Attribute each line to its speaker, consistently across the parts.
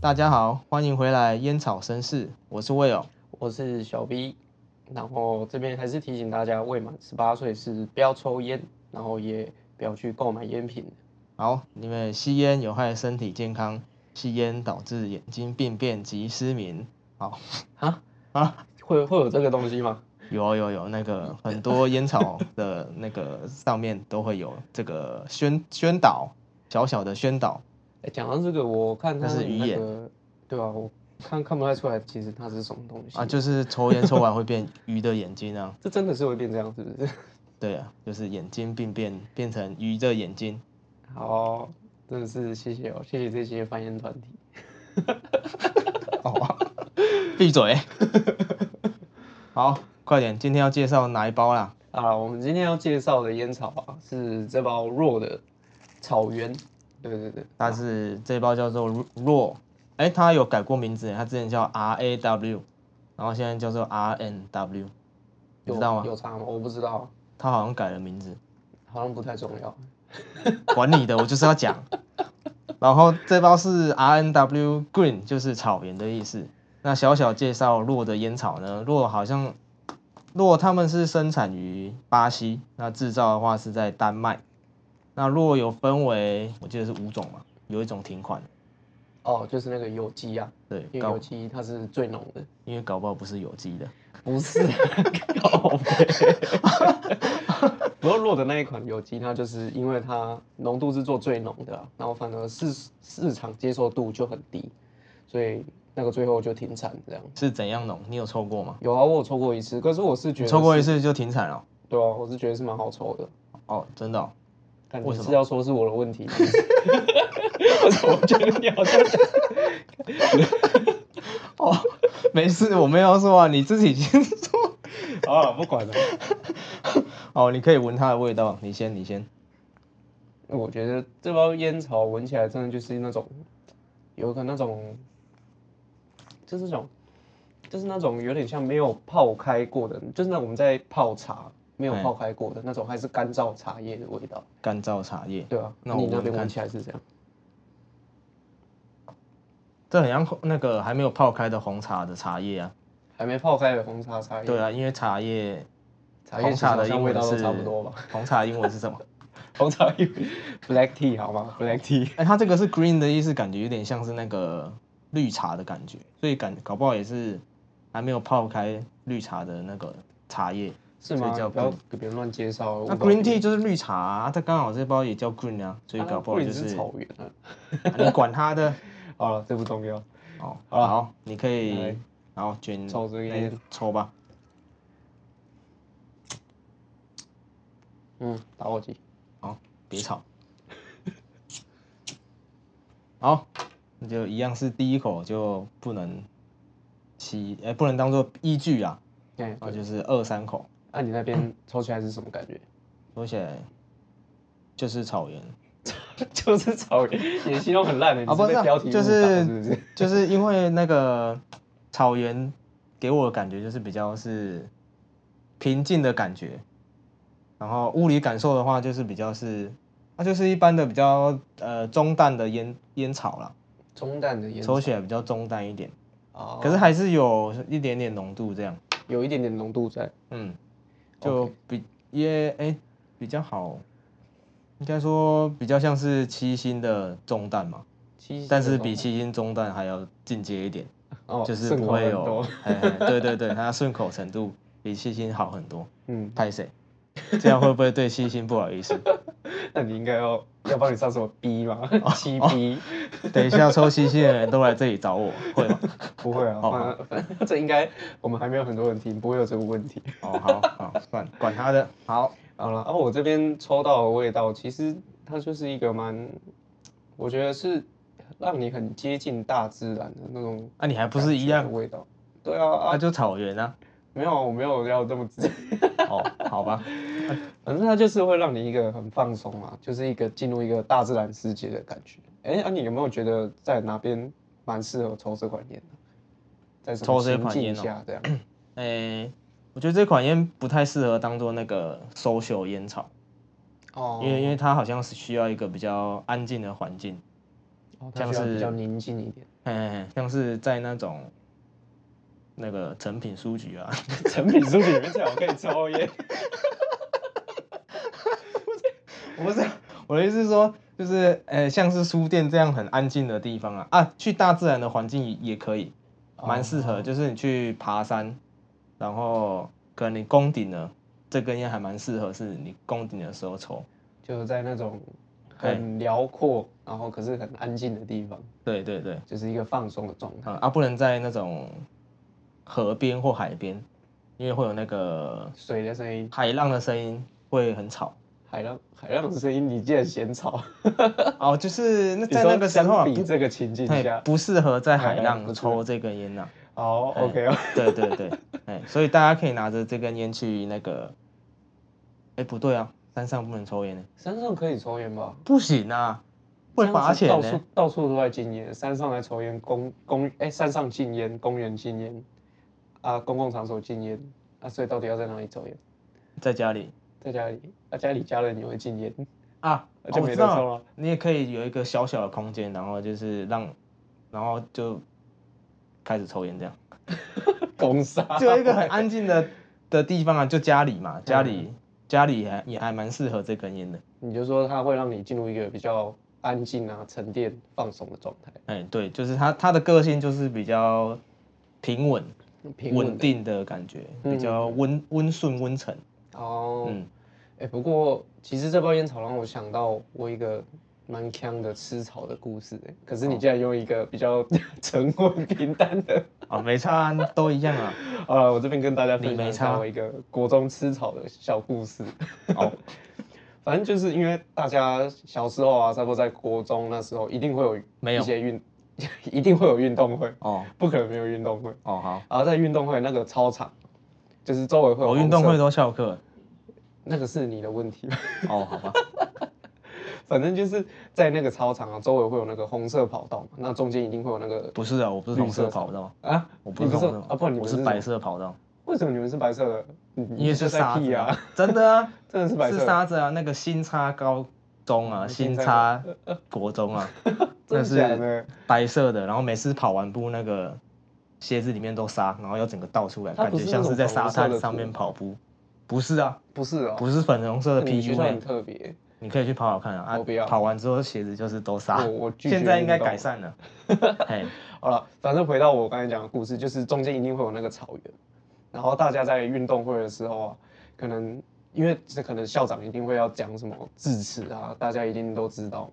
Speaker 1: 大家好，欢迎回来烟草绅士，我是 Will。
Speaker 2: 我是小 B，然后这边还是提醒大家，未满十八岁是不要抽烟，然后也不要去购买烟品。
Speaker 1: 好，因为吸烟有害身体健康，吸烟导致眼睛病变及失明。好
Speaker 2: 啊
Speaker 1: 啊，
Speaker 2: 会会有这个东西吗？
Speaker 1: 有哦有有，那个很多烟草的那个上面都会有这个宣宣导，小小的宣导。
Speaker 2: 哎、讲到这个，我看
Speaker 1: 那
Speaker 2: 他
Speaker 1: 是鱼
Speaker 2: 那
Speaker 1: 眼
Speaker 2: 个，对啊，我看看不太出来，其实它是什么东西
Speaker 1: 啊，就是抽烟抽完会变鱼的眼睛啊，
Speaker 2: 这真的是会变这样，是不是？
Speaker 1: 对啊，就是眼睛病变变成鱼的眼睛。
Speaker 2: 好哦，真的是谢谢哦，谢谢这些发言团体。
Speaker 1: 哦，闭嘴。好，快点，今天要介绍哪一包啦？
Speaker 2: 啊，我们今天要介绍的烟草啊，是这包弱的草原。对对对，
Speaker 1: 它是这包叫做 Raw，哎，它有改过名字耶，它之前叫 R A W，然后现在叫做 R N W，你
Speaker 2: 有
Speaker 1: 知道吗？
Speaker 2: 有差吗？我不知道，
Speaker 1: 它好像改了名字，
Speaker 2: 好像不太重要。
Speaker 1: 管你的，我就是要讲。然后这包是 R N W Green，就是草原的意思。那小小介绍洛的烟草呢，洛好像洛他们是生产于巴西，那制造的话是在丹麦。那洛有分为，我记得是五种嘛，有一种停款，
Speaker 2: 哦，就是那个有机啊，
Speaker 1: 对，
Speaker 2: 因为
Speaker 1: 搞
Speaker 2: 有机它是最浓的，
Speaker 1: 因为搞不好不是有机的。
Speaker 2: 不是 靠背。 不过弱的那一款有机，它就是因为它浓度是做最浓的啊、然后反而市市场接受度就很低，所以那个最后就停产这样。
Speaker 1: 是怎样弄？你有抽过吗？
Speaker 2: 有啊，我有抽过一次，可是我是觉
Speaker 1: 你
Speaker 2: 得
Speaker 1: 抽过一
Speaker 2: 次，
Speaker 1: 次就停产了？
Speaker 2: 对啊，我是觉得是蛮好抽的。
Speaker 1: 哦，真的哦、
Speaker 2: 但
Speaker 1: 为
Speaker 2: 你
Speaker 1: 什
Speaker 2: 是要说是我的问题？为什么我觉得你好像
Speaker 1: 没事，我没有说啊，你自己先说。
Speaker 2: 啊？不管了，
Speaker 1: 哦，你可以闻它的味道，你先，你先。
Speaker 2: 我觉得这包烟草闻起来真的就是那种，有一个那种，就是那种，就是那种有点像没有泡开过的，就是那我们在泡茶没有
Speaker 1: 哎
Speaker 2: 泡开过的那种，还是干燥茶叶的味道，
Speaker 1: 干燥茶叶，
Speaker 2: 对啊，
Speaker 1: 那
Speaker 2: 你
Speaker 1: 我
Speaker 2: 那
Speaker 1: 闻
Speaker 2: 边
Speaker 1: 看
Speaker 2: 闻起来是这样，
Speaker 1: 这很像那个还没有泡开的红茶的茶叶啊。
Speaker 2: 还没泡开的红茶茶叶，
Speaker 1: 对，啊，因为茶叶，
Speaker 2: 茶叶
Speaker 1: 红
Speaker 2: 其实
Speaker 1: 茶
Speaker 2: 好
Speaker 1: 的
Speaker 2: 像
Speaker 1: 英
Speaker 2: 味
Speaker 1: 文
Speaker 2: 道都
Speaker 1: 是
Speaker 2: 差不多吧，
Speaker 1: 红茶英文是什么？
Speaker 2: 红茶叶 black tea 好吗？black tea
Speaker 1: 哎，它这个是 green 的意思，感觉有点像是那个绿茶的感觉，所以感搞不好也是还没有泡开绿茶的那个茶叶。
Speaker 2: 是吗
Speaker 1: 所以叫？
Speaker 2: 不要给别人乱介绍。啊
Speaker 1: 那
Speaker 2: 误导
Speaker 1: green
Speaker 2: 别
Speaker 1: tea
Speaker 2: 人
Speaker 1: 就是绿茶、啊，它刚好这包也叫 green 啊，所以
Speaker 2: 啊
Speaker 1: 搞不好
Speaker 2: green
Speaker 1: 就是是
Speaker 2: 草原啊。
Speaker 1: 啊你管他的。
Speaker 2: 好了，这不重要。
Speaker 1: 哦，
Speaker 2: 好啦
Speaker 1: 好，你可以
Speaker 2: 来，
Speaker 1: 好卷
Speaker 2: 抽这个烟，
Speaker 1: 抽吧。
Speaker 2: 嗯，打火机。
Speaker 1: 好，别 吵。好，那就一样是第一口就不能吸，哎、不能当做依据啊，
Speaker 2: 哎，
Speaker 1: 啊，就是二三口，
Speaker 2: 那、你那
Speaker 1: 嗯
Speaker 2: 边抽起来是什么感觉？
Speaker 1: 而且就是草原，
Speaker 2: 就是草原，你的形容很烂的、
Speaker 1: 啊不是啊
Speaker 2: 你被标题误导
Speaker 1: 就是
Speaker 2: 是不是？
Speaker 1: 就是因为那个草原给我的感觉就是比较是平静的感觉，然后物理感受的话就是比较是，它、就是一般的比较呃中淡的烟烟草啦，
Speaker 2: 中淡的烟
Speaker 1: 抽起来比较中淡一点，
Speaker 2: 啊，
Speaker 1: 可是还是有一点点浓度这样，
Speaker 2: 有一点点浓度在。
Speaker 1: 嗯，就比也哎、比较好，应该说比较像是七星的中淡嘛，
Speaker 2: 七十
Speaker 1: 但是比七星中淡还要进阶一点。
Speaker 2: 哦
Speaker 1: 就是
Speaker 2: 顺
Speaker 1: 不
Speaker 2: 口
Speaker 1: 会
Speaker 2: 很
Speaker 1: 有
Speaker 2: 多。，
Speaker 1: 嘿嘿对对 对，它顺口程度比细心好很多。
Speaker 2: 嗯，
Speaker 1: 拍谁？这样会不会对细心不好意 思？
Speaker 2: 那你应该要要帮你上什么 B 吗？
Speaker 1: 哦
Speaker 2: 七 B、
Speaker 1: 等一下抽细心的人都来这里找我，会吗？
Speaker 2: 不会啊，
Speaker 1: 哦
Speaker 2: 反正反正这应该我们还没有很多人听，不会有这个问题。
Speaker 1: 哦，好好，算了，管他的。好，
Speaker 2: 好了，啊，我这边抽到的味道，其实它就是一个蛮，我觉得是让你很接近大自然的那种，
Speaker 1: 啊那、你还不是一样？
Speaker 2: 味道？对啊
Speaker 1: 那、
Speaker 2: 啊，
Speaker 1: 就草原啊。
Speaker 2: 没有我没有要这么 直接，
Speaker 1: 哦，好吧，
Speaker 2: 反正它就是会让你一个很放松啊，就是一个进入一个大自然世界的感觉。哎、啊，你有没有觉得在哪边蛮适合抽这款烟的？在什么
Speaker 1: 抽这
Speaker 2: 情
Speaker 1: 款
Speaker 2: 境
Speaker 1: 烟哦
Speaker 2: 下 这样？
Speaker 1: 诶、哎我觉得这款烟不太适合当做那个 social 烟草，
Speaker 2: 哦
Speaker 1: 因为因为它好像是需要一个比较安静的环境。
Speaker 2: 哦它
Speaker 1: 像
Speaker 2: 需要
Speaker 1: 是
Speaker 2: 比较宁静 一点。
Speaker 1: 嗯，像是在那种那个成品书局啊，
Speaker 2: 成品书里面最好可以抽烟。
Speaker 1: 我不是我的意思是说，就是呃，像是书店这样很安静的地方啊，啊，去大自然的环境也可以，蛮适合，
Speaker 2: 哦
Speaker 1: 就是你去爬山，然后可能你攻顶了，这根烟还蛮适合是你攻顶的时候抽。
Speaker 2: 就是在那种很辽阔，然后可是很安静的地方，
Speaker 1: 对对对，
Speaker 2: 就是一个放松的状态。
Speaker 1: 啊啊，不能在那种河边或海边，因为会有那个
Speaker 2: 水的声音，
Speaker 1: 海浪的声音会很 吵。
Speaker 2: 海浪海浪的声音，你竟然嫌吵？
Speaker 1: 哦，就是那
Speaker 2: 你
Speaker 1: 在那
Speaker 2: 说
Speaker 1: 个时
Speaker 2: 相
Speaker 1: 候啊，
Speaker 2: 比
Speaker 1: 不
Speaker 2: 这个情境
Speaker 1: 哎
Speaker 2: 下，
Speaker 1: 不适合在海
Speaker 2: 海浪
Speaker 1: 浪
Speaker 2: 不
Speaker 1: 抽这根烟呐、
Speaker 2: 哦
Speaker 1: 哎
Speaker 2: ，OK 哦，
Speaker 1: 对对对，哎，所以大家可以拿着这根烟去那个，哎，不对啊，山上不能抽烟呢，
Speaker 2: 山上可以抽烟吧？
Speaker 1: 不行啊，会罚
Speaker 2: 这
Speaker 1: 钱
Speaker 2: 样子到
Speaker 1: 呢
Speaker 2: 处。到处都在禁烟，山上来抽烟，公公哎、山上禁烟，公园禁烟，啊，公共场所禁烟，啊，所以到底要在哪里抽烟？
Speaker 1: 在家里
Speaker 2: 在家里，啊，家里家人也会禁烟，
Speaker 1: 啊，
Speaker 2: 那
Speaker 1: 哦
Speaker 2: 就
Speaker 1: 我
Speaker 2: 没
Speaker 1: 知
Speaker 2: 得
Speaker 1: 道
Speaker 2: 抽
Speaker 1: 了，
Speaker 2: 了。
Speaker 1: 你也可以有一个小小的空间，然后就是让，然后就开始抽烟 这样，
Speaker 2: 公杀，
Speaker 1: 就一个很安静的的地方啊，就家里
Speaker 2: 嗯
Speaker 1: 嘛，家里家里还也还蛮适合这根烟的。
Speaker 2: 你就说它会让你进入一个比较安静啊、沉淀、放松的状态，
Speaker 1: 哎，对，就是他他的个性就是比较平稳、
Speaker 2: 平
Speaker 1: 稳
Speaker 2: 稳的嗯
Speaker 1: 定的感觉，比较温温顺、温沉。
Speaker 2: 哦。哎、
Speaker 1: 嗯，
Speaker 2: 不过其实这包烟草让我想到我一个蛮强的吃草的故事、哎，可是
Speaker 1: 哦
Speaker 2: 你竟然用一个比较 沉稳平淡的。
Speaker 1: 啊，没差啊，都一样 啊。
Speaker 2: 啊，我这边跟大家
Speaker 1: 你
Speaker 2: 分享
Speaker 1: 没
Speaker 2: 一
Speaker 1: 差
Speaker 2: 下我一个国中吃草的小故事。
Speaker 1: 哦，
Speaker 2: 反正就是因为大家小时候啊，差不多在国中那时候，一定会有
Speaker 1: 没有
Speaker 2: 一些运， 一定会有运动会，
Speaker 1: 哦，
Speaker 2: 不可能没有运动会。
Speaker 1: 哦，好，
Speaker 2: 然后在运动会那个操场，就是周围会有
Speaker 1: 我哦
Speaker 2: 红
Speaker 1: 运动会
Speaker 2: 色，
Speaker 1: 都翘课。
Speaker 2: 那个是你的问题。
Speaker 1: 哦，好吧，
Speaker 2: 反正就是在那个操场啊，周围会有那个红色跑道嘛，那中间一定会有那个
Speaker 1: 不是啊，我不是红色
Speaker 2: 绿色
Speaker 1: 跑道，
Speaker 2: 啊，
Speaker 1: 我不
Speaker 2: 你
Speaker 1: 是
Speaker 2: 不
Speaker 1: 红
Speaker 2: 是
Speaker 1: 色
Speaker 2: 啊，不然你
Speaker 1: 我
Speaker 2: 们
Speaker 1: 是
Speaker 2: 什么
Speaker 1: 白，色跑道，
Speaker 2: 为什么你们是白色的？你
Speaker 1: 因为
Speaker 2: 你
Speaker 1: 是
Speaker 2: 就在
Speaker 1: 沙
Speaker 2: 屁
Speaker 1: 子
Speaker 2: 啊，
Speaker 1: 啊，真的啊，
Speaker 2: 真的是白
Speaker 1: 是
Speaker 2: 色嗯的。
Speaker 1: 沙子啊，那个新差高中啊，新
Speaker 2: 新叉
Speaker 1: 差国中啊，那
Speaker 2: 真
Speaker 1: 是
Speaker 2: 的假的？
Speaker 1: 白色的，然后每次跑完步那个鞋子里面都沙，然后要整个倒出来，
Speaker 2: 它
Speaker 1: 感
Speaker 2: 不
Speaker 1: 觉
Speaker 2: 是
Speaker 1: 像
Speaker 2: 那
Speaker 1: 是
Speaker 2: 种
Speaker 1: 在
Speaker 2: 粉
Speaker 1: 沙
Speaker 2: 红色
Speaker 1: 滩
Speaker 2: 的
Speaker 1: 上
Speaker 2: 土
Speaker 1: 面
Speaker 2: 吗
Speaker 1: 跑步。不是啊，
Speaker 2: 不是哦，
Speaker 1: 不是粉红色的
Speaker 2: 你们学
Speaker 1: PU
Speaker 2: 校很
Speaker 1: 欸，
Speaker 2: 特别，
Speaker 1: 你可以去跑跑看啊。
Speaker 2: 我不
Speaker 1: 啊，
Speaker 2: 要
Speaker 1: 跑完之后鞋子就是都沙
Speaker 2: 我。我拒绝
Speaker 1: 现在应该
Speaker 2: 运动
Speaker 1: 改。善 了。嘿，
Speaker 2: 好了，反正回到我刚才讲的故事，就是中间一定会有那个草原，然后大家在运动会的时候啊，可能因为这可能校长一定会要讲什么致辞啊，大家一定都知道嘛。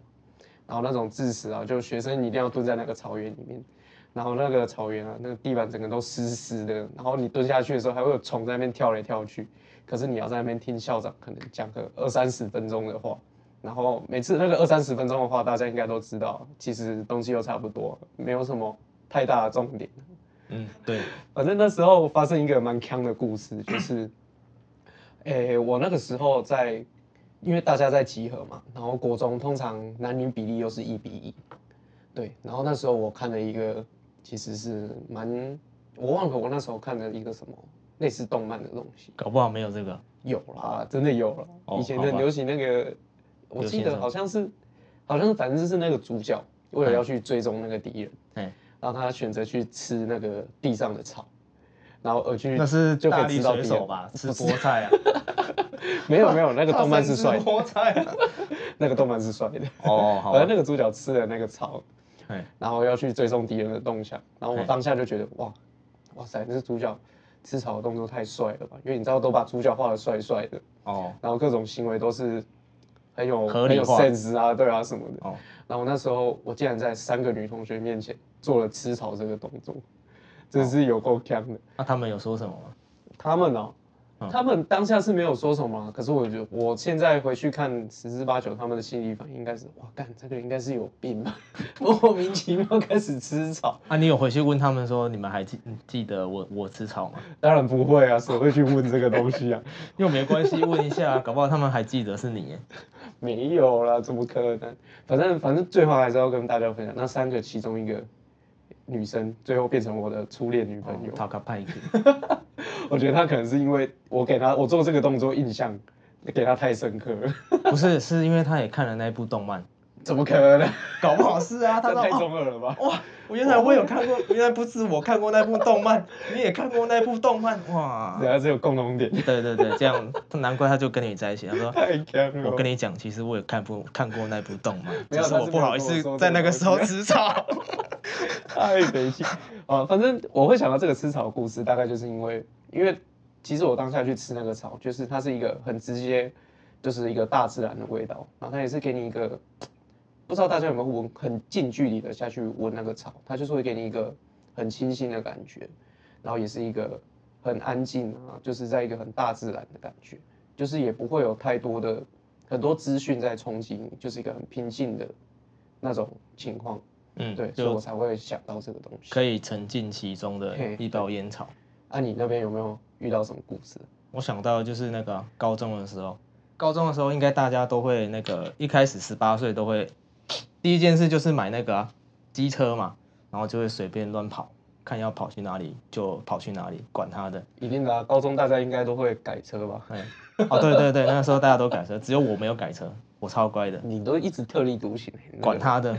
Speaker 2: 然后那种致辞啊，就学生一定要蹲在那个草原里面，然后那个草原啊，那个地板整个都湿湿的，然后你蹲下去的时候还会有虫在那边跳来跳去，可是你要在那边听校长可能讲个二三十分钟的话，然后每次那个二三十分钟的话，大家应该都知道，其实东西又差不多，没有什么太大的重点。
Speaker 1: 嗯，对，
Speaker 2: 反正那时候发生一个蛮坑的故事，就是，诶、我那个时候在，因为大家在集合嘛，然后国中通常男女比例又是一比一，对，然后那时候我看了一个，其实是蛮，我忘了我那时候看了一个什么类似动漫的东西，
Speaker 1: 搞不好没有这个。
Speaker 2: 有啦，真的有了。
Speaker 1: 哦
Speaker 2: 以前
Speaker 1: 好
Speaker 2: 的
Speaker 1: 吧
Speaker 2: 流行那个，我
Speaker 1: 流
Speaker 2: 记
Speaker 1: 行什
Speaker 2: 得
Speaker 1: 么嗯
Speaker 2: 好像是，好像反正是那个主角为了要去追踪那个敌人，
Speaker 1: 哎，
Speaker 2: 然后他选择去吃那个地上的草，然后而去
Speaker 1: 那是
Speaker 2: 就可
Speaker 1: 大
Speaker 2: 以
Speaker 1: 力
Speaker 2: 吃到
Speaker 1: 水
Speaker 2: 敌
Speaker 1: 手
Speaker 2: 人。
Speaker 1: 吧？吃菠菜啊？
Speaker 2: 没有没 有，那个动漫是
Speaker 1: 他
Speaker 2: 帅的，
Speaker 1: 生吃菠菜 啊。
Speaker 2: 那个动漫是帅的。
Speaker 1: 哦，好
Speaker 2: 反正
Speaker 1: 吧。
Speaker 2: 那个主角吃了那个草，
Speaker 1: 哎，
Speaker 2: 然后要去追踪敌人的动向，然后
Speaker 1: 嗯
Speaker 2: 我当下就觉得哇，哇塞，这主角吃草的动作太帅了吧？因为你知道都把主角画的帅帅的，
Speaker 1: 哦，
Speaker 2: 然后各种行为都是很有
Speaker 1: 合理
Speaker 2: 很有
Speaker 1: 化
Speaker 2: sense 啊，对啊什么的。
Speaker 1: 哦
Speaker 2: 然后那时候我竟然在三个女同学面前做了吃草这个动作，真是有够呛的。
Speaker 1: 那他们有说什么吗？
Speaker 2: 他们哦、
Speaker 1: 嗯
Speaker 2: 他们当下是没有说什么啊，可是我觉得我现在回去看十之八九，他们的心理反应应该是哇，干这个应该是有病吧， 莫名其妙开始吃草。
Speaker 1: 啊，你有回去问他们说，你们还记记得我我吃草 吗？
Speaker 2: 当然不会啊，谁会去问这个东西啊？
Speaker 1: 又没关系，问一下，啊 搞不好他们还记得是你耶。
Speaker 2: 没有啦，怎么可能？反正反正最后还是要跟大家分享，那三个其中一个女生最后变成我的初恋女朋友。
Speaker 1: 塔卡派克。
Speaker 2: 我觉得她可能是因为我给她我做这个动作印象给她太深刻了，
Speaker 1: 不是，是因为他也看了那部动漫，
Speaker 2: 怎么可能？
Speaker 1: 搞不好是啊，他
Speaker 2: 这
Speaker 1: 说
Speaker 2: 太
Speaker 1: 哦，
Speaker 2: 中二了吧？
Speaker 1: 哇，我原来我有看过，原来不是我看过那部动漫，你也看过那部动漫，哇
Speaker 2: 等，下是有共同点，
Speaker 1: 对对对，这样难怪他就跟你在一起，他说。
Speaker 2: 太强了。
Speaker 1: 我跟你讲，其实我也看不看过那部动漫，
Speaker 2: 没
Speaker 1: 只
Speaker 2: 有
Speaker 1: 是
Speaker 2: 他是
Speaker 1: 我不好意
Speaker 2: 没
Speaker 1: 思
Speaker 2: 有跟我说
Speaker 1: 在那个
Speaker 2: 这
Speaker 1: 时
Speaker 2: 个
Speaker 1: 候
Speaker 2: 东西
Speaker 1: 吃 草。
Speaker 2: 太北气啊！反正我会想到这个吃草的故事，大概就是因为，因为其实我当下去吃那个草，就是它是一个很直接，就是一个大自然的味道，然后它也是给你一个，不知道大家有没有闻，很近距离的下去闻那个草，它就是会给你一个很清新的感觉，然后也是一个很安静啊，就是在一个很大自然的感觉，就是也不会有太多的很多资讯在冲击你，就是一个很平静的那种情况。
Speaker 1: 嗯，
Speaker 2: 对，所以我
Speaker 1: 就
Speaker 2: 才会想到这个东西。
Speaker 1: 可以沉浸其中的
Speaker 2: 嘿
Speaker 1: 一包烟草。
Speaker 2: 啊，你那边有没有遇到什么故事？
Speaker 1: 我想到的就是那个啊高中的时候，高中的时候应该大家都会那个一开始十八岁都会，第一件事就是买那个啊机、车嘛，然后就会随便乱跑，看要跑去哪里就跑去哪里，管他的。
Speaker 2: 一定的、啊，高中大家应该都会改车吧？
Speaker 1: 哎，哦对对对，那时候大家都改车，只有我没有改车，我超乖的，
Speaker 2: 你都一直特立独行、欸，那个
Speaker 1: 管他的，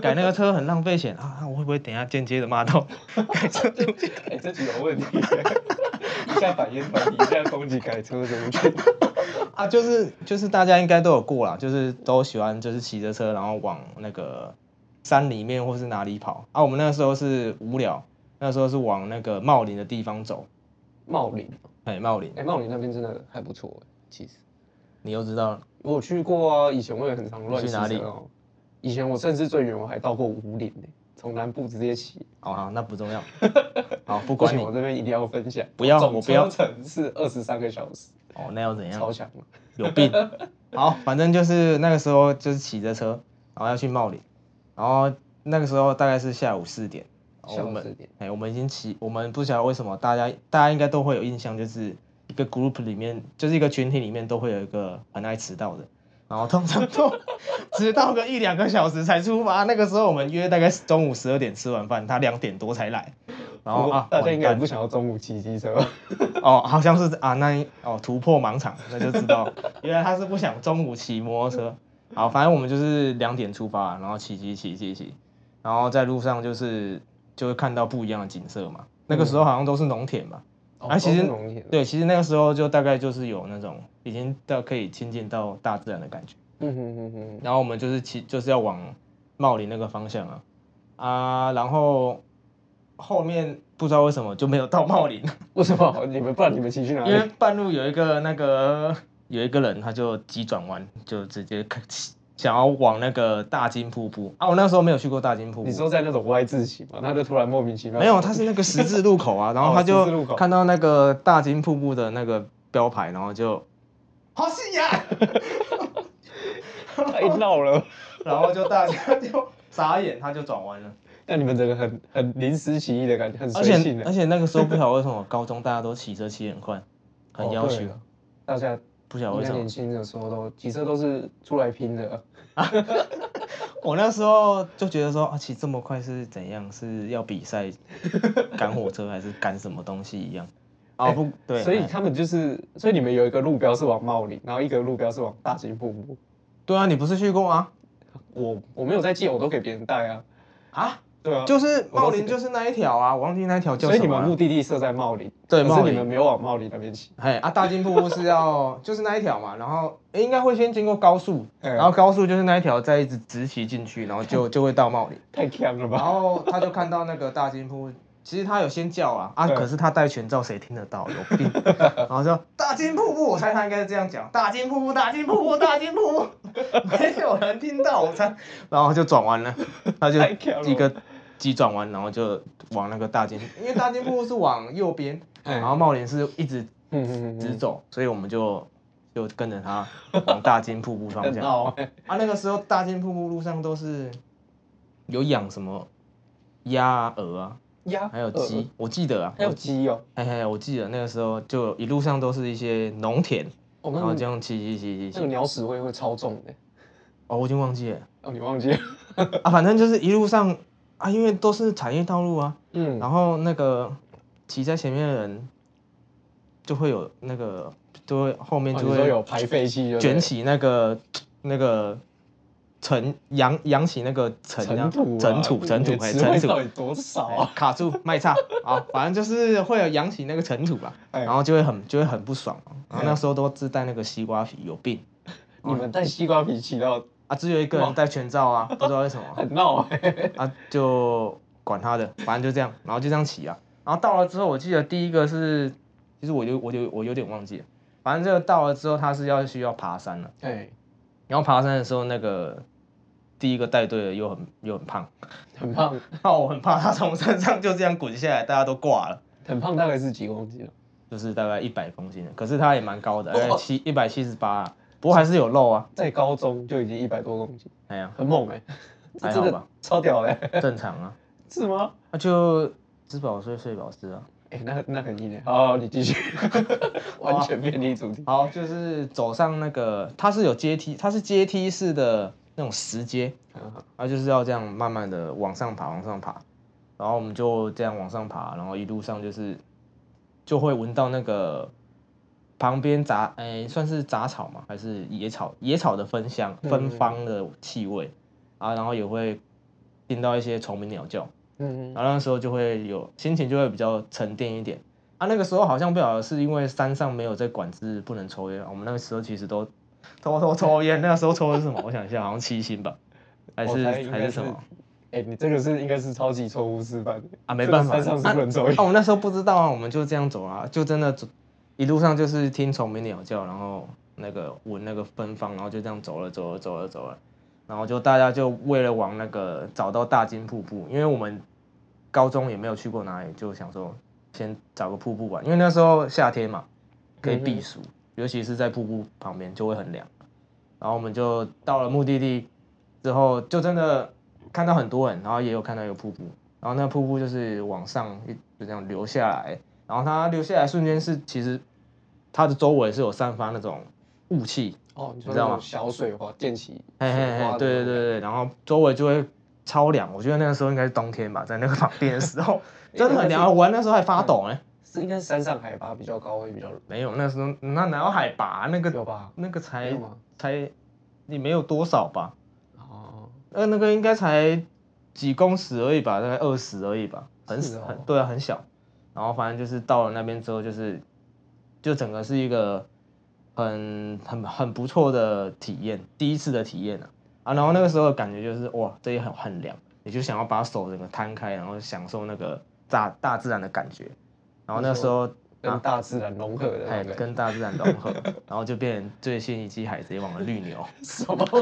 Speaker 1: 改那个车很浪费钱啊，啊我会不会等一下间接的骂到 改车主？
Speaker 2: 哎、这局有问题、一下反言反一下攻击改车族群。
Speaker 1: 啊，就是就是大家应该都有过啦，就是都喜欢就是骑着车，然后往那个山里面或是哪里跑啊。我们那时候是无聊，那时候是往那个茂林的地方走。
Speaker 2: 茂林，
Speaker 1: 哎，茂林
Speaker 2: 哎、，茂林那边真的还不错、欸，其实
Speaker 1: 你又知道了，
Speaker 2: 我有去过啊，以前我也很常乱
Speaker 1: 你去哪里
Speaker 2: 骑车哦以前我甚至最远我还到过五岭呢、从南部直接骑。
Speaker 1: 好哦好，那不重要，好，不
Speaker 2: 不
Speaker 1: 管
Speaker 2: 管
Speaker 1: 你
Speaker 2: 我这边一定要分享，
Speaker 1: 不要
Speaker 2: 总
Speaker 1: 我不要
Speaker 2: 车程是二十三个小时，
Speaker 1: 哦，那又怎样？
Speaker 2: 超强啊的。
Speaker 1: 有病。好，反正就是那个时候就是骑着车，然后要去茂林，然后那个时候大概是下午四点，然后
Speaker 2: 下午
Speaker 1: 我们
Speaker 2: 4点
Speaker 1: 哎、我们已经骑，我们不晓得为什么大家大家应该都会有印象，就是一个 group 里面，就是一个群体里面都会有一个很爱迟到的。然后通常都 迟到个一两个小时才出发。那个时候我们约大概是中午十二点吃完饭，他两点多才来。然后啊，
Speaker 2: 大家应该也
Speaker 1: 完蛋
Speaker 2: 不想要中午骑机车，
Speaker 1: 哦，好像是啊，那一哦突破盲场，那就知道原来他是不想中午骑摩托车。 好，反正我们就是两点出发，然后骑骑骑骑骑，然后在路上就是就会看到不一样的景色嘛。那个时候好像都是农田嘛， 啊其实
Speaker 2: 都是农田，
Speaker 1: 对，其实那个时候就大概就是有那种已经到可以亲近到大自然的感觉。
Speaker 2: 嗯哼哼哼，
Speaker 1: 然后我们就是骑，就是要往茂林那个方向啊啊，然后后面不知道为什么就没有到茂林。
Speaker 2: 为什么你们不然你们骑去哪
Speaker 1: 因为
Speaker 2: 里？
Speaker 1: 半路有一个那个有一个人，他就急转弯，就直接开想要往那个大金瀑布啊！我那时候没有去过大金瀑
Speaker 2: 你
Speaker 1: 布，
Speaker 2: 说在那种 Y 字形嘛，他就突然莫名其妙
Speaker 1: 没有，他是那个十字路口啊，然后他
Speaker 2: 哦十字路
Speaker 1: 就
Speaker 2: 口
Speaker 1: 看到那个大金瀑布的那个标牌，然后就好信呀，
Speaker 2: 太闹了，
Speaker 1: 然后就大家就傻眼，他就转弯了。
Speaker 2: 但你们整个很很临时起意的感觉，很
Speaker 1: 而
Speaker 2: 随性
Speaker 1: 且哎
Speaker 2: 的，
Speaker 1: 而且那个时候不晓得为什么高中大家都骑车骑很快，很要
Speaker 2: 哦
Speaker 1: 求啊
Speaker 2: 对，了大家
Speaker 1: 不晓得
Speaker 2: 应
Speaker 1: 为
Speaker 2: 该
Speaker 1: 什么
Speaker 2: 年。轻的时候都骑车都是出来拼的，
Speaker 1: 我那时候就觉得说，啊，骑这么快是怎样？是要比 赛赶火车还是赶什么东西一样？啊，
Speaker 2: 哎
Speaker 1: 不对，
Speaker 2: 所以
Speaker 1: 哎
Speaker 2: 他们就是，所以你们有一个路标是往茂林，然后一个路标是往大金瀑布。
Speaker 1: 对啊，你不是去过吗？
Speaker 2: 我我没有在借，我都给别人带啊，
Speaker 1: 啊，
Speaker 2: 对啊，
Speaker 1: 就是
Speaker 2: 我
Speaker 1: 茂
Speaker 2: 都是
Speaker 1: 林就是那一条啊，我忘记那一条叫
Speaker 2: 所以
Speaker 1: 什
Speaker 2: 你
Speaker 1: 么
Speaker 2: 们目
Speaker 1: 了。
Speaker 2: 的地设在茂林，
Speaker 1: 对
Speaker 2: 可
Speaker 1: 茂
Speaker 2: 是
Speaker 1: 林
Speaker 2: 你们没有往茂林那边骑，
Speaker 1: 哎啊，大金瀑布是要 就是那一条嘛，然后哎应该会先经过高速，
Speaker 2: 哎
Speaker 1: 然后高速就是那一条再一直直骑进去，然后 就就会到茂林。
Speaker 2: 太强了
Speaker 1: 然
Speaker 2: 吧？
Speaker 1: 后他就看到那个大金铺， 其实他有先叫啊啊，
Speaker 2: 对
Speaker 1: 可是他戴全罩，谁听得到？有 病！然后说大金瀑布，我猜他应该是这样讲，大金瀑布，大金瀑布，大金瀑布， 没有人听到，我猜， 然后就转弯了，他就
Speaker 2: 太强了
Speaker 1: 一个急转弯，然后就往那个大金，因为大金瀑布是往右边，
Speaker 2: 哎
Speaker 1: 然后茂林是一直
Speaker 2: 嗯嗯嗯
Speaker 1: 直走，所以我们就就跟着他往大金瀑布 方
Speaker 2: 很
Speaker 1: 向。
Speaker 2: 闹 哎、
Speaker 1: 啊，那个时候大金瀑布路上都是有养什么鸭啊、鹅啊，
Speaker 2: 鸭
Speaker 1: 还有
Speaker 2: 鹅
Speaker 1: 鸡，我记得啊，
Speaker 2: 呃还有鸡哦，
Speaker 1: 嘿嘿，我记得那个时候就一路上都是一些农田，
Speaker 2: 哦，
Speaker 1: 然后
Speaker 2: 那
Speaker 1: 这
Speaker 2: 个
Speaker 1: 样骑骑骑骑
Speaker 2: 那
Speaker 1: 骑，
Speaker 2: 个鸟屎味会超重的，
Speaker 1: 哦，我已经忘记了
Speaker 2: 哦，你忘 记了？
Speaker 1: 啊，反正就是一路上啊，因为都是产业道路啊，
Speaker 2: 嗯，
Speaker 1: 然后那个骑在前面的人就会有那个，就会后面
Speaker 2: 哦
Speaker 1: 就
Speaker 2: 你说
Speaker 1: 会
Speaker 2: 有排废气就对
Speaker 1: 卷起那个那个层扬扬起那个层这样，
Speaker 2: 尘土啊，
Speaker 1: 尘土
Speaker 2: 你
Speaker 1: 尘土
Speaker 2: 的
Speaker 1: 哎
Speaker 2: 词汇
Speaker 1: 尘土
Speaker 2: 到底多少
Speaker 1: 哎
Speaker 2: 啊？
Speaker 1: 卡住卖差啊，反正就是会有扬起那个尘土吧，
Speaker 2: 哎
Speaker 1: 然后就会很就会很不爽嘛，然后那
Speaker 2: 哎
Speaker 1: 时候都自带那个西瓜皮，有病
Speaker 2: 你们带西瓜皮骑到
Speaker 1: 啊！只有一个人戴全罩啊，不知道为什 么。
Speaker 2: 很闹哎，
Speaker 1: 啊，就管他的，反正就这样，然后就这样骑啊。然后到了之后，我记得第一个是，其实我就我就我有点忘记了，反正这个到了之后，他是要需要爬山了。
Speaker 2: 哎，
Speaker 1: 然后爬山的时候，那个第一个带队的又很又很胖，
Speaker 2: 很胖，
Speaker 1: 那我很怕他从山上就这样滚下来，大家都挂了。
Speaker 2: 很胖大概是几公斤啊了？
Speaker 1: 就是大概一百公斤的，可是他也蛮高的，大概
Speaker 2: 哇
Speaker 1: 七一百七十八，啊不过还是有肉啊。
Speaker 2: 在高中就已经一百多公斤，
Speaker 1: 哎呀，
Speaker 2: 很猛哎，
Speaker 1: 还
Speaker 2: 这
Speaker 1: 好
Speaker 2: 真的
Speaker 1: 吧
Speaker 2: 超屌哎，
Speaker 1: 正常啊，
Speaker 2: 是吗？
Speaker 1: 那就吃饱睡，睡饱吃啊。
Speaker 2: 哎，那那很硬哎，好，你继续，完全偏离主题。
Speaker 1: 好，就是走上那个，它是有阶梯，它是阶梯式的那种石阶，
Speaker 2: 很好
Speaker 1: 它就是要这样慢慢的往上爬，往上爬，然后我们就这样往上爬，然后一路上就是就会闻到那个旁边杂，哎、算是杂草嘛，还是野草野草的芬香
Speaker 2: 嗯
Speaker 1: 芬芳的气味啊，然后也会听到一些虫鸣鸟叫，
Speaker 2: 嗯，
Speaker 1: 然后那时候就会有心情就会比较沉淀一点。啊，那个时候好像不晓得是因为山上没有在管制，不能抽烟。我们那个时候其实都偷偷抽烟。那个时候抽的是什么？我想一下，好像七星吧，还
Speaker 2: 我
Speaker 1: 是
Speaker 2: 猜应该
Speaker 1: 还是什么？
Speaker 2: 哎，你这个是应该是超级错误示范
Speaker 1: 啊没办法
Speaker 2: 这个山上是不能抽
Speaker 1: 啊
Speaker 2: 烟，。
Speaker 1: 我们那时候不知道啊，我们就这样走啊，就真的走，一路上就是听虫鸣鸟叫，然后那个闻那个芬芳，然后就这样走了走了走了走了，然后就大家就为了往那个找到大金瀑布，因为我们高中也没有去过哪里，就想说先找个瀑布玩，因为那时候夏天嘛，可以避暑，尤其是在瀑布旁边就会很凉。然后我们就到了目的地之后，就真的看到很多人，然后也有看到一个瀑布，然后那个瀑布就是往上一就这样流下来，然后它流下来瞬间是其实它的周围是有散发那种雾气，
Speaker 2: 哦，你
Speaker 1: 你
Speaker 2: 说
Speaker 1: 知
Speaker 2: 那
Speaker 1: 道
Speaker 2: 种
Speaker 1: 吗
Speaker 2: 小水花溅起
Speaker 1: 嘿嘿
Speaker 2: 水花
Speaker 1: 嘿，
Speaker 2: 的
Speaker 1: 对对对
Speaker 2: 那种
Speaker 1: 对，然后周围就会超凉，我觉得那个时候应该是冬天吧，在那个旁边的时 候
Speaker 2: 诶
Speaker 1: 真的很凉，我那时候还发抖呢、欸
Speaker 2: 感觉，是应该是山上海拔比较高会比较
Speaker 1: 没有那时候那哪有海拔那个
Speaker 2: 有吧？
Speaker 1: 那个
Speaker 2: 没
Speaker 1: 才
Speaker 2: 有啊吗？
Speaker 1: 才你没有多少吧，
Speaker 2: 哦，
Speaker 1: 呃，那个应该才几公尺而已吧，大概二十而已吧，很
Speaker 2: 是
Speaker 1: 小、
Speaker 2: 哦
Speaker 1: 很对啊，很小。然后反正就是到了那边之后，就是就整个是一个很很很不错的体验，第一次的体验啊啊！然后那个时候的感觉就是哇，这也很很凉，你就想要把手整个摊开，然后享受那个大大自然的感觉。然后那时候
Speaker 2: 跟大自然融合的那
Speaker 1: 啊哎
Speaker 2: 种感觉，
Speaker 1: 跟大自然融合，然后就变成最新一季《海贼王》的绿牛。
Speaker 2: 什么鬼？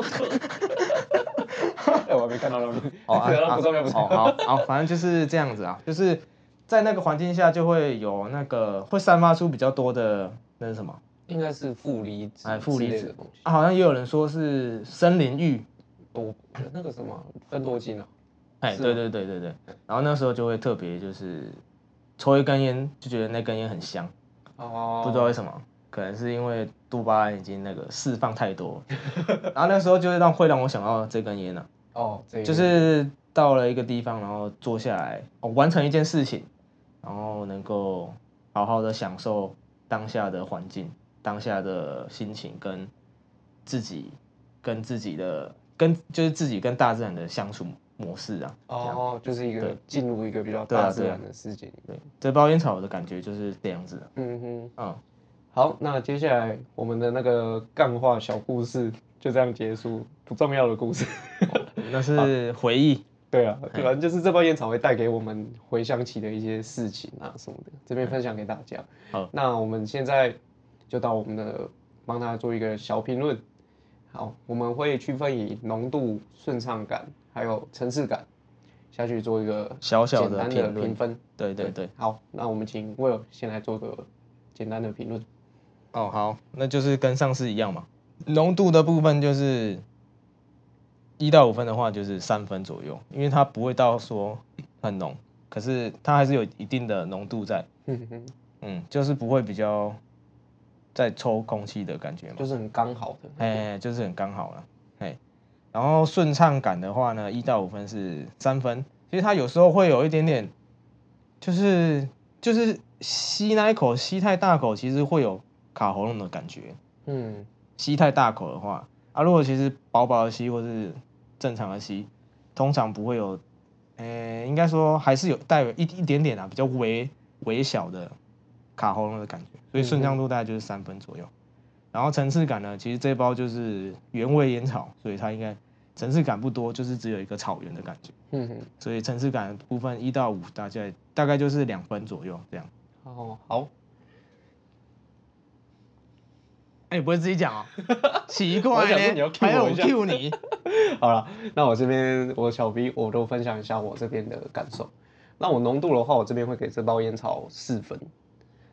Speaker 2: 哎，我还没看到那边。
Speaker 1: 哦，啊
Speaker 2: 对，那
Speaker 1: 啊
Speaker 2: 不重要，不重要。
Speaker 1: 哦，好，好，反正就是这样子啊，就是在那个环境下就会有那个会散发出比较多的那是什么
Speaker 2: 应该是负离子，
Speaker 1: 哎负离子
Speaker 2: 的东西，
Speaker 1: 啊？好像也有人说是森林浴，
Speaker 2: 多那个什么芬多精啊，
Speaker 1: 哎，
Speaker 2: 是
Speaker 1: 对
Speaker 2: 吗
Speaker 1: 对对对对，然后那时候就会特别就是抽一根烟就觉得那根烟很香，
Speaker 2: 哦，
Speaker 1: 不知道为什么。可能是因为多巴胺已经那个释放太多， 然后那时候就会让会让我想到这根烟啊呢、
Speaker 2: 哦，这个
Speaker 1: 就是到了一个地方，然后坐下来，哦，完成一件事情，然后能够好好的享受当下的环境、当下的心情，跟自己、跟自己的、跟就是自己跟大自然的相处模式啊。
Speaker 2: 哦，就是一个进入一个比较
Speaker 1: 对啊
Speaker 2: 大自
Speaker 1: 对啊
Speaker 2: 然的世界里面。
Speaker 1: 这包烟草的感觉就是这样子、
Speaker 2: 嗯哼，
Speaker 1: 啊，嗯，
Speaker 2: 好，那接下来我们的那个干话小故事就这样结束，不重要的故事。
Speaker 1: 嗯那是回忆。
Speaker 2: 对啊，
Speaker 1: 哎
Speaker 2: 反正就是这包烟草会带给我们回想起的一些事情啊什么的，这边分享给大
Speaker 1: 啊
Speaker 2: 家。
Speaker 1: 哎好，
Speaker 2: 那我们现在就到我们的帮他做一个小评论。好，我们会区分以浓度、顺畅感还有层次感下去做一个
Speaker 1: 小小的
Speaker 2: 简单
Speaker 1: 评
Speaker 2: 的
Speaker 1: 论
Speaker 2: 评分。
Speaker 1: 对对对，
Speaker 2: 好，那我们请 Will 先来做个简单的评论。
Speaker 1: 哦，好，那就是跟上次一样嘛。浓度的部分就是一到五分的话，就是三分左右，因为它不会到说很浓，可是它还是有一定的浓度在，
Speaker 2: 嗯哼，
Speaker 1: 嗯，就是不会比较在抽空气的感觉嘛，
Speaker 2: 就是很刚好的。
Speaker 1: 哎，就是很刚好了，哎。然后顺畅感的话呢，一到五分是三分，其实它有时候会有一点点，就是就是吸那一口吸太大口，其实会有卡喉咙的感觉。
Speaker 2: 嗯，
Speaker 1: 吸太大口的话，啊，如果其实薄薄的吸或是正常的吸，通常不会有，呃、应该说还是有带有一一点点啊，比较微微小的卡喉咙的感觉，所以顺畅度大概就是三分左右。然后层次感呢，其实这包就是原味烟草，所以它应该层次感不多，就是只有一个草原的感觉。
Speaker 2: 嗯哼，
Speaker 1: 所以层次感的部分一到五大概大概就是两分左右这样。
Speaker 2: 哦，好，
Speaker 1: 哎、你不会自己讲 哦？奇
Speaker 2: 我
Speaker 1: 怪
Speaker 2: 还想说
Speaker 1: 呢，
Speaker 2: 你要 cue
Speaker 1: 还有
Speaker 2: 我
Speaker 1: 我
Speaker 2: 一下
Speaker 1: Q 你，
Speaker 2: 好了，那我这边我小 B 我都分享一下我这边的感受。那我浓度的话，我这边会给这包烟草四分，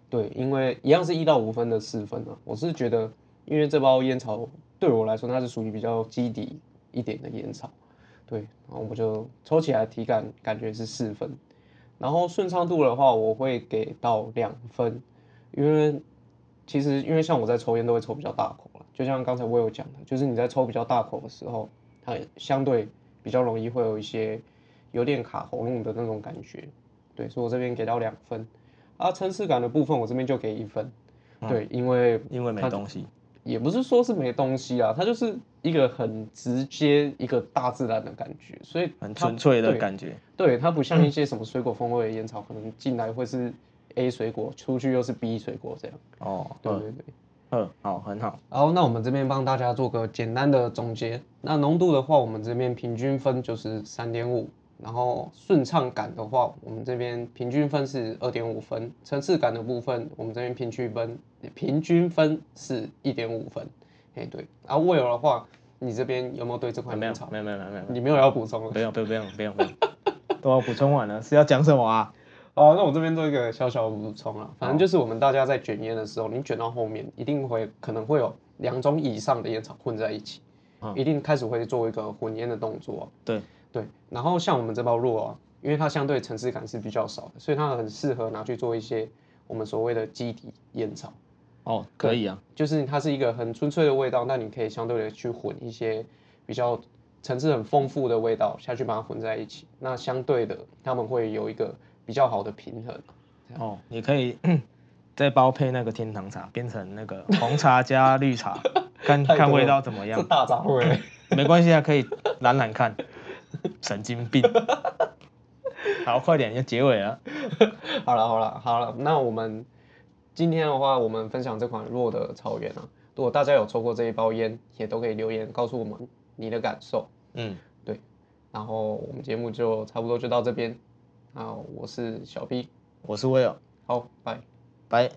Speaker 2: 对，因为一样是一到五分的四分啊。我是觉得，因为这包烟草对我来说，它是属于比较基底一点的烟草，对，然后我就抽起来体感感觉是四分。然后顺畅度的话，我会给到两分，因为其实因为像我在抽烟都会抽比较大口了，就像刚才我有讲的，就是你在抽比较大口的时候，它相对比较容易会有一些有点卡喉咙的那种感觉，对，所以我这边给到两分。啊，层次感的部分我这边就给一分，对，因为
Speaker 1: 因为没
Speaker 2: 它
Speaker 1: 东西。
Speaker 2: 也不是说是没东西啊，它就是一个很直接、一个大自然的感觉，所以
Speaker 1: 很
Speaker 2: 它
Speaker 1: 纯粹的
Speaker 2: 对
Speaker 1: 感觉，
Speaker 2: 对，它不像一些什么水果风味的烟草，可能进来会是 A 水果，出去又是 B 水果这样。
Speaker 1: 哦，
Speaker 2: 对
Speaker 1: 嗯
Speaker 2: 对对。
Speaker 1: 嗯，好，很好，
Speaker 2: 好，那我们这边帮大家做个简单的总结。那浓度的话，我们这边平均分就是三点五，然后顺畅感的话，我们这边平均分是二点五分，层次感的部分，我们这边平均分平均分是一点五分。哎，对。然后味儿的话，你这边有没有对这款
Speaker 1: 没有
Speaker 2: 烟草，？
Speaker 1: 没有，没有，没有，没有，
Speaker 2: 你没有要补充了
Speaker 1: 不。用，不用，不用，不用，不 用，都要补充完了，是要讲什么啊？
Speaker 2: 好，哦那我这边做一个小小的补充啊，反正就是我们大家在卷烟的时候，你卷到后面一定会可能会有两种以上的烟草混在一起，
Speaker 1: 嗯
Speaker 2: 一定开始会做一个混烟的动作啊、
Speaker 1: 对，
Speaker 2: 对，然后像我们这包肉啊，因为它相对层次感是比较少的，所以它很适合拿去做一些我们所谓的基底烟草，
Speaker 1: 哦，可以啊，
Speaker 2: 就是它是一个很纯粹的味道，那你可以相对的去混一些比较层次很丰富的味道下去把它混在一起，那相对的它们会有一个比较好的平衡。
Speaker 1: 哦，你可以再包配那个天堂茶，变成那个红茶加绿 茶，看
Speaker 2: 太多
Speaker 1: 看
Speaker 2: 了
Speaker 1: 味道怎么
Speaker 2: 这
Speaker 1: 样，
Speaker 2: 大杂 烩。
Speaker 1: 没关系啊，可以懒懒看，神经 病。好，快点要结尾了，
Speaker 2: 好了好了好了，那我们今天的话，我们分享这款弱的草原啊。如果大家有抽过这一包烟，也都可以留言告诉我们你的感受。
Speaker 1: 嗯，
Speaker 2: 然后我们节目就差不多就到这边啊，我是小 B，
Speaker 1: 我是威尔，
Speaker 2: 好，拜。
Speaker 1: 拜。